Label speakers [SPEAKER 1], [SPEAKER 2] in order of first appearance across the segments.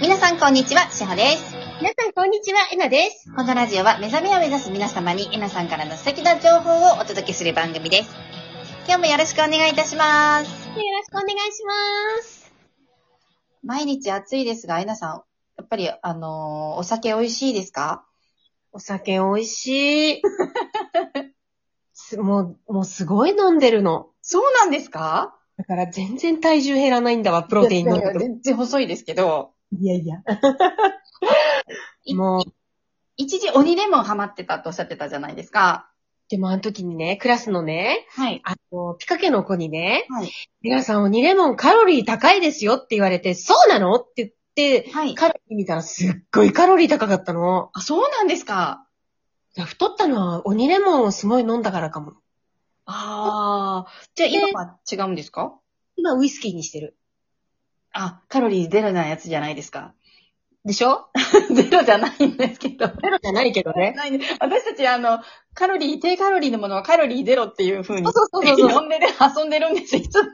[SPEAKER 1] 皆さんこんにちは、しほです。
[SPEAKER 2] 皆さん、こんにちは。えなです。
[SPEAKER 1] このラジオは目覚めを目指す皆様に、えなさんからの素敵な情報をお届けする番組です。今日もよろしくお願いいたします。
[SPEAKER 2] よろしくお願いします。
[SPEAKER 1] 毎日暑いですが、えなさん、やっぱり、あのーお酒美味しいですか
[SPEAKER 2] お酒美味しい。 すもう、もうすごい飲んでるの。
[SPEAKER 1] そうなんですか
[SPEAKER 2] だから全然体重減らないんだわ、プロテイン飲んでる
[SPEAKER 1] 全然細いですけど、
[SPEAKER 2] いやいや
[SPEAKER 1] い。
[SPEAKER 2] もう、
[SPEAKER 1] 一時鬼レモンハマってたとおっしゃってたじゃないですか。
[SPEAKER 2] でもあの時にね、クラスのね、
[SPEAKER 1] はい。
[SPEAKER 2] あの、ピカケの子にね、
[SPEAKER 1] はい。
[SPEAKER 2] 皆さん、鬼レモンカロリー高いですよって言われて、そうなのって言って、
[SPEAKER 1] はい。
[SPEAKER 2] カロリー見たらすっごいカロリー高かったの。
[SPEAKER 1] あ、そうなんですか。
[SPEAKER 2] いや太ったのは鬼レモンをすごい飲んだからかも。
[SPEAKER 1] ああ。じゃあ今は違うんですか
[SPEAKER 2] 今、ウイスキーにしてる。
[SPEAKER 1] あ、カロリーゼロなやつじゃないですか。
[SPEAKER 2] でしょ
[SPEAKER 1] ゼロじゃないんですけど。
[SPEAKER 2] ゼロじゃないけどね。
[SPEAKER 1] ないね私たち、あの、カロリー、低カロリーのものはカロリーゼロっていう風に、
[SPEAKER 2] そうそうそうそ
[SPEAKER 1] 呼
[SPEAKER 2] う
[SPEAKER 1] んでる、遊んでるんですよ、いつも。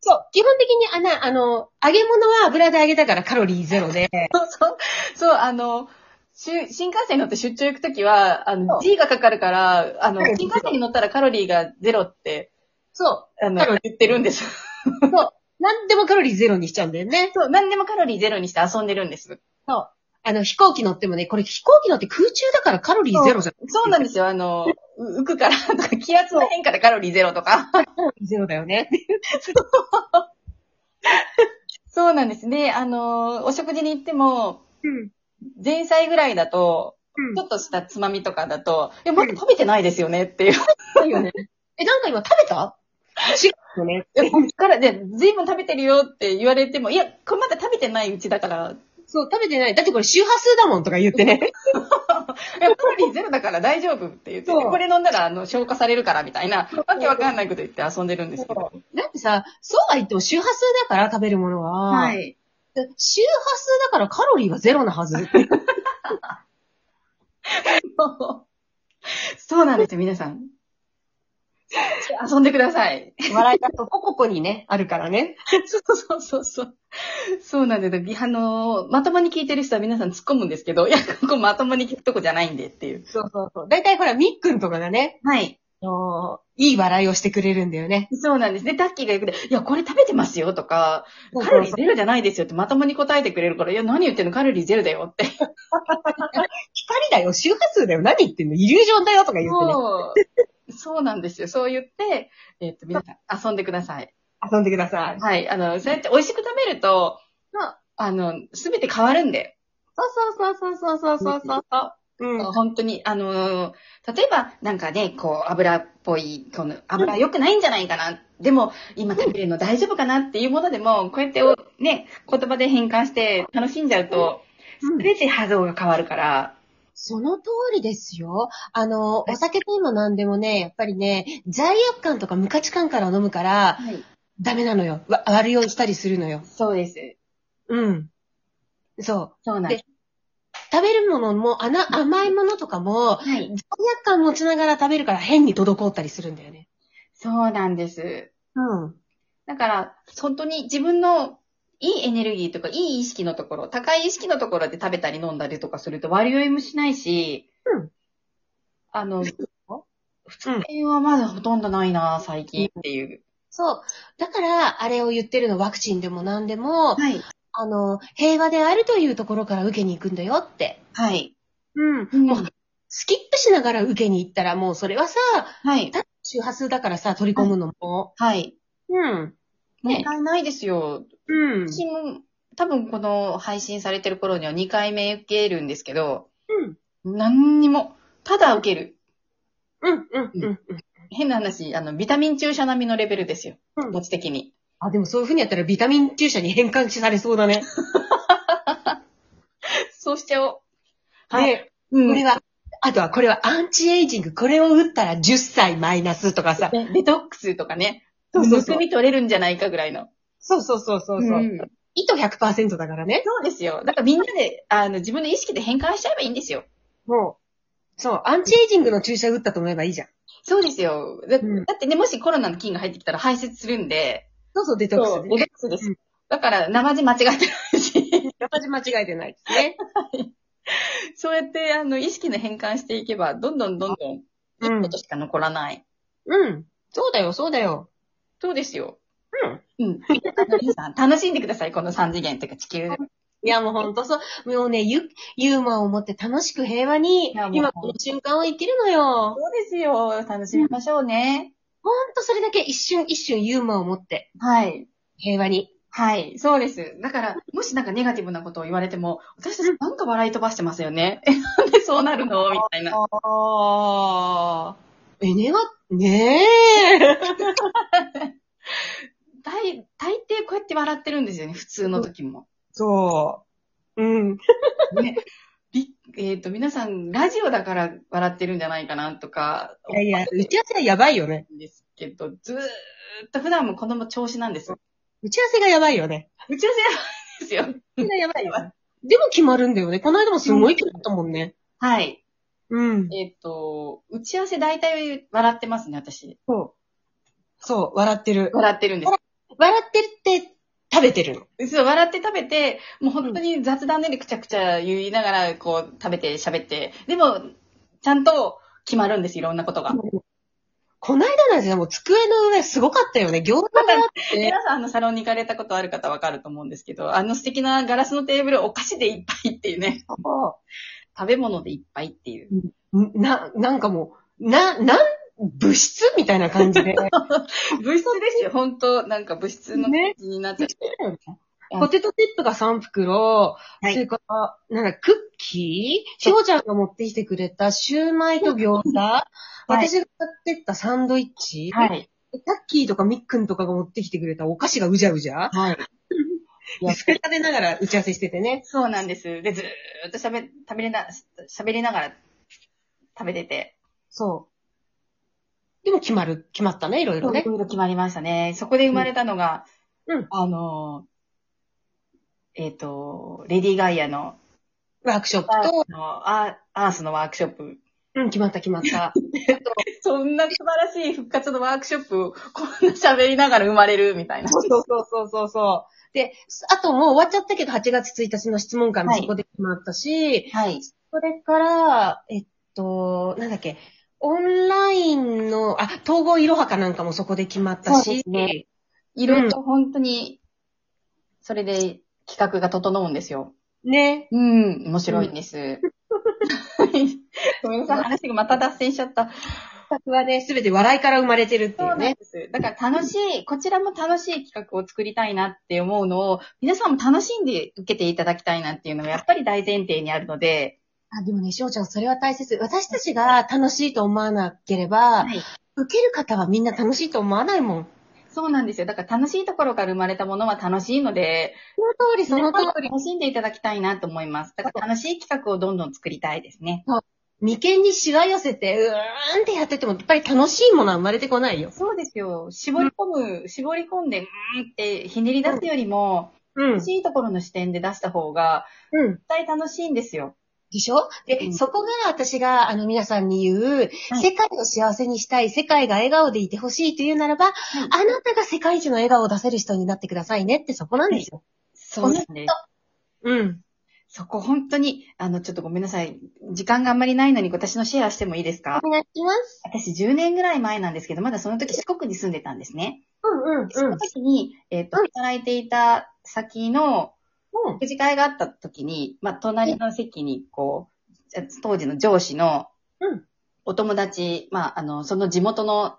[SPEAKER 2] そう。基本的にあな、あの、揚げ物は油で揚げたからカロリーゼロで。
[SPEAKER 1] そうそう、そう、あの、しゅ新幹線に乗って出張行くときは、あ
[SPEAKER 2] そ
[SPEAKER 1] の、
[SPEAKER 2] う
[SPEAKER 1] G がかかるから、あの
[SPEAKER 2] カロリ、ー
[SPEAKER 1] 新幹線に乗ったらカロリーがゼロって、
[SPEAKER 2] そ
[SPEAKER 1] あ
[SPEAKER 2] カ
[SPEAKER 1] の
[SPEAKER 2] ロリー、
[SPEAKER 1] 言ってるんです。
[SPEAKER 2] う。なんでもカロリーゼロにしちゃうんだよね。
[SPEAKER 1] そう、何でもカロリーゼロにして遊んでるんです。
[SPEAKER 2] あの、飛行機乗ってもね、これ飛行機乗って空中だからカロリーゼロじゃん。
[SPEAKER 1] そうなんですよ、あの、う浮くからとか、気圧の変化でカロリーゼロとか。
[SPEAKER 2] カロリーゼロだよね。
[SPEAKER 1] そうなんですね。あの、お食事に行っても、
[SPEAKER 2] うん。
[SPEAKER 1] 前菜ぐらいだと、ちょっとしたつまみとかだと、いや、まだ食べてないですよねっていう。
[SPEAKER 2] そうよね。え、なんか今食べた違うよね。
[SPEAKER 1] いやこっからで、ずいぶん食べてるよって言われても、いや、これまだ食べてないうちだから、い
[SPEAKER 2] そう、食べてない。だってこれ周波数だもんとか言ってね。
[SPEAKER 1] や、カロリーゼロだから大丈夫って言って、
[SPEAKER 2] そう
[SPEAKER 1] これ飲んだら、あの、消化されるからみたいな、わけわかんないこと言って遊んでるんですけど。
[SPEAKER 2] だってさ、そうは言っても周波数だから食べるものは。い。
[SPEAKER 1] い。
[SPEAKER 2] 周波数だからカロリーはゼロなはず。
[SPEAKER 1] そうなんですよ、皆さ ん。遊んでください。
[SPEAKER 2] 笑いだと、こここにね、あるからね。
[SPEAKER 1] そうそうそうそう。そうなんですよ。あのー、まともに聞いてる人は皆さん突っ込むんですけど、いや、ここまともに聞くとこじゃないんでっていう。
[SPEAKER 2] そうそうそう。だいたいほら、みっくんとかがね、
[SPEAKER 1] はい。
[SPEAKER 2] あのいい笑いをしてくれるんだよね。
[SPEAKER 1] そうなんですね。タッキーが言うけど、いや、これ食べてますよとか、カロリーゼロじゃないですよってまともに答えてくれるから、いや、何言ってんのカロリーゼロだよって。
[SPEAKER 2] 光だよ、周波数だよ、何言ってんのイリュージョンだよとか言ってね、
[SPEAKER 1] そう。 そうなんですよ。そう言って、えっと、皆さん遊んでください。
[SPEAKER 2] 遊んでください。
[SPEAKER 1] はい。あの、そうやって美味しく食べると、あの、すべて変わるんで。
[SPEAKER 2] そうそうそうそうそうそうそう。うん。
[SPEAKER 1] 本当に、あのー例えば、なんかね、こう、油っぽい、この、油良くないんじゃないかな。でも、今食べるの大丈夫かなっていうものでも、こうやってお、ね、言葉で変換して楽しんじゃうと、すべて波動が変わるから。
[SPEAKER 2] その通りですよ。あの、お酒でも何でもね、やっぱりね、罪悪感とか無価値観から飲むから、ダメなのよ。わ悪用したりするのよ。
[SPEAKER 1] そうです。
[SPEAKER 2] うん。そう。
[SPEAKER 1] そうなんです。
[SPEAKER 2] 食べるものも、あな甘いものとかも、
[SPEAKER 1] はい。
[SPEAKER 2] 罪悪感持ちながら食べるから変に滞ったりするんだよね。
[SPEAKER 1] そうなんです。
[SPEAKER 2] うん。
[SPEAKER 1] だから、本当に自分のいいエネルギーとか、いい意識のところ、高い意識のところで食べたり飲んだりとかすると割り酔いもしないし、
[SPEAKER 2] うん
[SPEAKER 1] あの、普遍はまだほとんどないな、最近っていう。
[SPEAKER 2] そう。だから、あれを言ってるの、ワクチンでも何でも、
[SPEAKER 1] はい。
[SPEAKER 2] あの、平和であるというところから受けに行くんだよって。
[SPEAKER 1] はい。
[SPEAKER 2] うん。もう、スキップしながら受けに行ったら、もうそれはさ、
[SPEAKER 1] はい。
[SPEAKER 2] 周波数だからさ、取り込むのも。
[SPEAKER 1] はい。
[SPEAKER 2] うん。
[SPEAKER 1] もったいないですよ。
[SPEAKER 2] うん。
[SPEAKER 1] 私も、多分この配信されてる頃には2回目受けるんですけど、
[SPEAKER 2] うん。
[SPEAKER 1] 何にも、ただ受ける。
[SPEAKER 2] うん。うん。うん。
[SPEAKER 1] 変な話、あの、ビタミン注射並みのレベルですよ。
[SPEAKER 2] うん
[SPEAKER 1] 気持ち的に。
[SPEAKER 2] あ、でもそういう風にやったらビタミン注射に変換されそうだね。
[SPEAKER 1] そうしちゃおう。
[SPEAKER 2] はい。
[SPEAKER 1] う
[SPEAKER 2] こ
[SPEAKER 1] ん
[SPEAKER 2] れ。は、あとはこれはアンチエイジング。これを打ったら10歳マイナスとかさ。
[SPEAKER 1] ねデトックスとかね。
[SPEAKER 2] そうそうそ
[SPEAKER 1] む
[SPEAKER 2] う
[SPEAKER 1] くみ取れるんじゃないかぐらいの。
[SPEAKER 2] そうそうそうそう。う
[SPEAKER 1] うんそ
[SPEAKER 2] 糸100%だからね。
[SPEAKER 1] うですよ。だからみんなで、あの、自分の意識で変換しちゃえばいいんですよ。
[SPEAKER 2] もう、そう、アンチエイジングの注射打ったと思えばいいじゃん。
[SPEAKER 1] そうですよ。だ,、
[SPEAKER 2] うん
[SPEAKER 1] ってね、もしコロナの菌が入ってきたら排泄するんで。
[SPEAKER 2] そうそう、デトックス
[SPEAKER 1] そう
[SPEAKER 2] で
[SPEAKER 1] デト
[SPEAKER 2] ね。
[SPEAKER 1] ックスです。
[SPEAKER 2] う
[SPEAKER 1] だから、生地間違ってないし。
[SPEAKER 2] 私間違えてないですね。
[SPEAKER 1] そうやって、あの、意識の変換していけば、どんどんどんどん、
[SPEAKER 2] う
[SPEAKER 1] いい
[SPEAKER 2] ん
[SPEAKER 1] こ。としか残らない。
[SPEAKER 2] うん。そうだよ、そうだよ。
[SPEAKER 1] そうですよ。うん。うん。皆さん、楽しんでください、この三次元っていうか地球。
[SPEAKER 2] いや、もうほんとそう。もうね、ゆ、ユーモアを持って楽しく平和に
[SPEAKER 1] いやも、う
[SPEAKER 2] 今この瞬間を生きるのよ。
[SPEAKER 1] そうですよ。楽しみましょうね。
[SPEAKER 2] ほんとそれだけ一瞬一瞬ユーモアを持って、
[SPEAKER 1] はい。
[SPEAKER 2] 平和に。
[SPEAKER 1] はい。そうです。だから、もしなんかネガティブなことを言われても、私たちなんか笑い飛ばしてますよね。 え、なんでそうなるのみたいな。
[SPEAKER 2] ああ。え、ねが、ねえ。
[SPEAKER 1] 大、大抵こうやって笑ってるんですよね、普通の時も。
[SPEAKER 2] そう。うん。
[SPEAKER 1] ね。びえっ、と、皆さん、ラジオだから笑ってるんじゃないかなとか、
[SPEAKER 2] いやいや、打ち合わせはやばいよね。
[SPEAKER 1] んですけど、ずーっと普段も子供調子なんです。
[SPEAKER 2] 打ち合わせがやばいよね。
[SPEAKER 1] 打ち合わせやばいんですよ。
[SPEAKER 2] みんなやばいよ。でも決まるんだよね。この間もすごい決まったもんね。
[SPEAKER 1] はい。
[SPEAKER 2] うん。
[SPEAKER 1] えっ、と、打ち合わせ大体笑ってますね、私。
[SPEAKER 2] そう。そう、笑ってる。
[SPEAKER 1] 笑ってるんで
[SPEAKER 2] 笑ってるって食べてるの。
[SPEAKER 1] す。そう、笑って食べて、もう本当に雑談でくちゃくちゃ言いながら、こう、食べて喋って。でも、ちゃんと決まるんです、いろんなことが。
[SPEAKER 2] こないだなんてもう机の上すごかったよね。餃子があって。
[SPEAKER 1] 皆さん、あの、サロンに行かれたことある方わかると思うんですけど、あの素敵なガラスのテーブル、お菓子でいっぱいっていうね。 食べ物でいっぱいっていう。
[SPEAKER 2] な、なんかもう、な、なん、物質みたいな感じ で。
[SPEAKER 1] 物質ですよ、本当なんか物質の感じになっちゃって。
[SPEAKER 2] ポテトチップが3袋、
[SPEAKER 1] はい
[SPEAKER 2] それから、なんだ、クッキーしほちゃんが持ってきてくれたシューマイと餃子、私が買ってったサンドイッチ、
[SPEAKER 1] はい。
[SPEAKER 2] タッキーとかミックンとかが持ってきてくれたお菓子がうじゃうじゃ
[SPEAKER 1] はい。いや
[SPEAKER 2] それ食べながら打ち合わせしててね。
[SPEAKER 1] そうなんです。で、ずーっと喋、食べれな、喋りながら食べてて。
[SPEAKER 2] そう。でも決まる、決まったね、いろい
[SPEAKER 1] い
[SPEAKER 2] ろ
[SPEAKER 1] ろい
[SPEAKER 2] ね。
[SPEAKER 1] ろ決まりましたね。そこで生まれたのが、
[SPEAKER 2] うんうん
[SPEAKER 1] あのー、えっ、と、レディーガイアの、
[SPEAKER 2] ワークショップ
[SPEAKER 1] あ
[SPEAKER 2] と、
[SPEAKER 1] のアーアースのワークショップ。
[SPEAKER 2] うん、決まった決まった。
[SPEAKER 1] そんな素晴らしい復活のワークショップを、こんな喋りながら生まれるみたいな。
[SPEAKER 2] そうそうそうそうそう。で、あともう終わっちゃったけど、8月1日の質問会も
[SPEAKER 1] はい
[SPEAKER 2] そこで決まったし、
[SPEAKER 1] はい。
[SPEAKER 2] それから、えっと、なんだっけ、オンラインの、あ、統合いろはかなんかもそこで決まった
[SPEAKER 1] そうで
[SPEAKER 2] し、
[SPEAKER 1] すねいろいろと本当に、それで企画が整うんですよ。
[SPEAKER 2] ね。
[SPEAKER 1] うん、面白いん です。ごめんなさい、話がまた脱線しちゃった。
[SPEAKER 2] 企画はね、すべて笑いから生まれてるっていうね。
[SPEAKER 1] です。だから楽しい、こちらも楽しい企画を作りたいなって思うのを、皆さんも楽しんで受けていただきたいなっていうのがやっぱり大前提にあるので、
[SPEAKER 2] あ、でもね、しおちゃん、それは大切。私たちが楽しいと思わなければ、
[SPEAKER 1] はい
[SPEAKER 2] 受ける方はみんな楽しいと思わないもん。
[SPEAKER 1] そうなんですよ。だから楽しいところから生まれたものは楽しいので、
[SPEAKER 2] その通り、その通り。
[SPEAKER 1] 楽しんでいただきたいなと思います。だから楽しい企画をどんどん作りたいですね。
[SPEAKER 2] 眉間にしわ寄せて、うーんってやってても、やっぱり楽しいものは生まれてこないよ。
[SPEAKER 1] そうですよ。絞り込む、絞り込んで、うーんってひねり出すよりも、
[SPEAKER 2] うん
[SPEAKER 1] 楽。しいところの視点で出した方が、
[SPEAKER 2] うん。
[SPEAKER 1] 絶対楽しいんですよ。
[SPEAKER 2] でしょで、
[SPEAKER 1] うん
[SPEAKER 2] そこが私が、あの、皆さんに言う、世界を幸せにしたい、世界が笑顔でいてほしいというならば、あなたが世界一の笑顔を出せる人になってくださいねってそこなんですよ。
[SPEAKER 1] そうですね。
[SPEAKER 2] うん。
[SPEAKER 1] そこ本当に、あの、ちょっとごめんなさい。時間があんまりないのに私のシェアしてもいいですか
[SPEAKER 2] お願いします。
[SPEAKER 1] 私10年ぐらい前なんですけど、まだその時四国に住んでたんですね。
[SPEAKER 2] うんうん
[SPEAKER 1] その時に、えっ、と、働いていた先の、
[SPEAKER 2] うん。
[SPEAKER 1] くじ会があった時に、まあ、隣の席に、こう、当時の上司の
[SPEAKER 2] うん、
[SPEAKER 1] お友達、まあ、あの、その地元の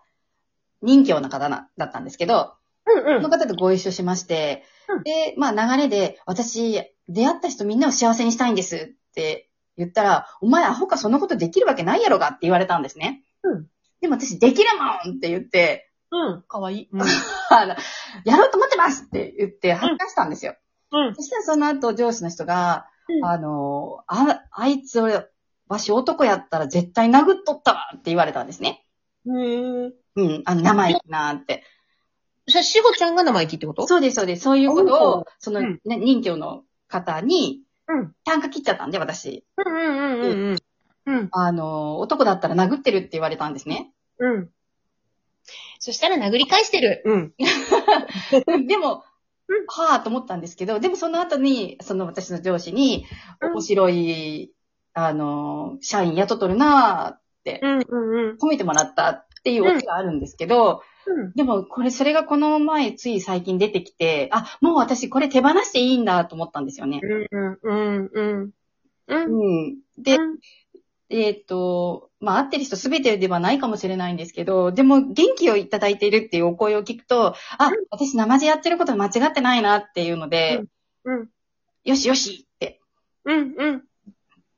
[SPEAKER 1] 任教の方なだったんですけど、
[SPEAKER 2] うん
[SPEAKER 1] その方とご一緒しまして、
[SPEAKER 2] うん
[SPEAKER 1] で、まあ流れで、私、出会った人みんなを幸せにしたいんですって言ったら、お前アホかそんなことできるわけないやろがって言われたんですね。
[SPEAKER 2] うん
[SPEAKER 1] でも私、できるもんって言って、
[SPEAKER 2] うん。うん。かわいい。うん。
[SPEAKER 1] あの、やろうと思ってますって言って、話したんですよ。
[SPEAKER 2] うん。
[SPEAKER 1] そしたらその後、上司の人が、
[SPEAKER 2] うん
[SPEAKER 1] あの、あ、あいつ俺、わし男やったら絶対殴っとったわって言われたんですね。
[SPEAKER 2] へえ。
[SPEAKER 1] うん、あの、生意気なーって。
[SPEAKER 2] それ、しほちゃんが生意気ってこと
[SPEAKER 1] そうです、そうです。そういうこと
[SPEAKER 2] お
[SPEAKER 1] を、その、
[SPEAKER 2] うん
[SPEAKER 1] ね、任教の方に、
[SPEAKER 2] うん。
[SPEAKER 1] 単価切っちゃったんで、私。
[SPEAKER 2] うんうんうんうんうん。うん。
[SPEAKER 1] あの、男だったら殴ってるって言われたんです ね。
[SPEAKER 2] うん。そしたら殴り返してる。うん。
[SPEAKER 1] でも、
[SPEAKER 2] うん
[SPEAKER 1] はぁと思ったんですけど、でもその後に、その私の上司に、
[SPEAKER 2] うん
[SPEAKER 1] 面白い、あの、社員雇っとるな
[SPEAKER 2] うんうんう
[SPEAKER 1] ぁ、
[SPEAKER 2] ん。
[SPEAKER 1] 褒めてもらったっていうオチがあるんですけど、
[SPEAKER 2] うん
[SPEAKER 1] でもこれ、それがこの前、つい最近出てきて、あ、もう私これ手放していいんだと思ったんですよね。
[SPEAKER 2] うんうんうん。うん。
[SPEAKER 1] うん。で、えっ、と、まあ、会ってる人すべてではないかもしれないんですけど、でも元気をいただいているっていうお声を聞くと、あ、私生地やってること間違ってないなっていうので、
[SPEAKER 2] うん。
[SPEAKER 1] よしよしって
[SPEAKER 2] うんうん。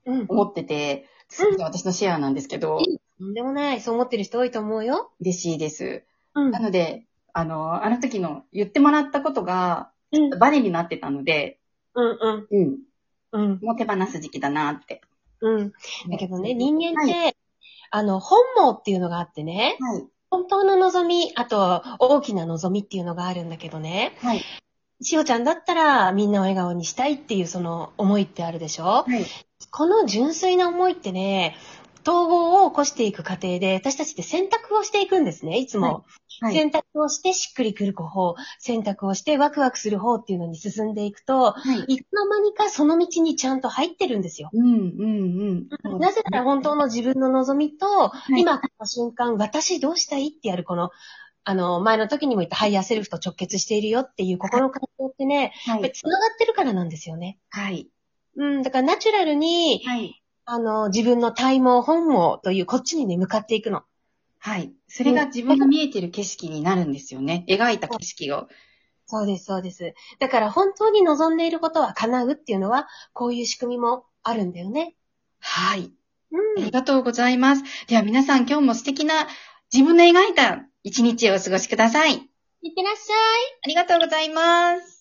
[SPEAKER 2] うん。
[SPEAKER 1] 思ってて、すいません私のシェアなんですけど、
[SPEAKER 2] いとんでもない。そう思ってる人多いと思うよ。
[SPEAKER 1] 嬉しいです。
[SPEAKER 2] うん
[SPEAKER 1] なので、あの、あの時の言ってもらったことが、
[SPEAKER 2] うん
[SPEAKER 1] バネになってたので、
[SPEAKER 2] うん
[SPEAKER 1] うん。
[SPEAKER 2] うん。
[SPEAKER 1] もう手放す時期だなって。
[SPEAKER 2] うん。だけどね、人間っ
[SPEAKER 1] はい。
[SPEAKER 2] て、あの、本望っていうのがあってね、
[SPEAKER 1] はい。
[SPEAKER 2] 本当の望み、あと、大きな望みっていうのがあるんだけどね、
[SPEAKER 1] はい。
[SPEAKER 2] しおちゃんだったら、みんなを笑顔にしたいっていうその思いってあるでしょ
[SPEAKER 1] はい。
[SPEAKER 2] この純粋な思いってね、統合を起こしていく過程で、私たちって選択をしていくんですね、いつも。
[SPEAKER 1] はい
[SPEAKER 2] 選択をしてしっくりくる方、選択をしてワクワクする方っていうのに進んでいくと、
[SPEAKER 1] はい。
[SPEAKER 2] いつの間にかその道にちゃんと入ってるんですよ。
[SPEAKER 1] うん、うん、うん。
[SPEAKER 2] なぜなら本当の自分の望みと、
[SPEAKER 1] い
[SPEAKER 2] 今この瞬間、私どうしたいってやるこの、あの、前の時にも言ったハイヤーセルフと直結しているよっていう心の感動ってね、
[SPEAKER 1] は
[SPEAKER 2] やっぱり
[SPEAKER 1] い。
[SPEAKER 2] 繋がってるからなんですよね。
[SPEAKER 1] はい。
[SPEAKER 2] うん、だからナチュラルに、
[SPEAKER 1] はい。
[SPEAKER 2] あの、自分の体毛、本毛という、こっちにね、向かっていくの。
[SPEAKER 1] はい。それが自分が見えてる景色になるんですよね。描いた景色を。
[SPEAKER 2] そうです、そうです。だから本当に望んでいることは叶うっていうのは、こういう仕組みもあるんだよね。
[SPEAKER 1] はい。
[SPEAKER 2] う
[SPEAKER 1] あ
[SPEAKER 2] ん
[SPEAKER 1] り。がとうございます。では皆さん今日も素敵な自分の描いた一日をお過ごしください。
[SPEAKER 2] いってらっしゃい。
[SPEAKER 1] ありがとうございます。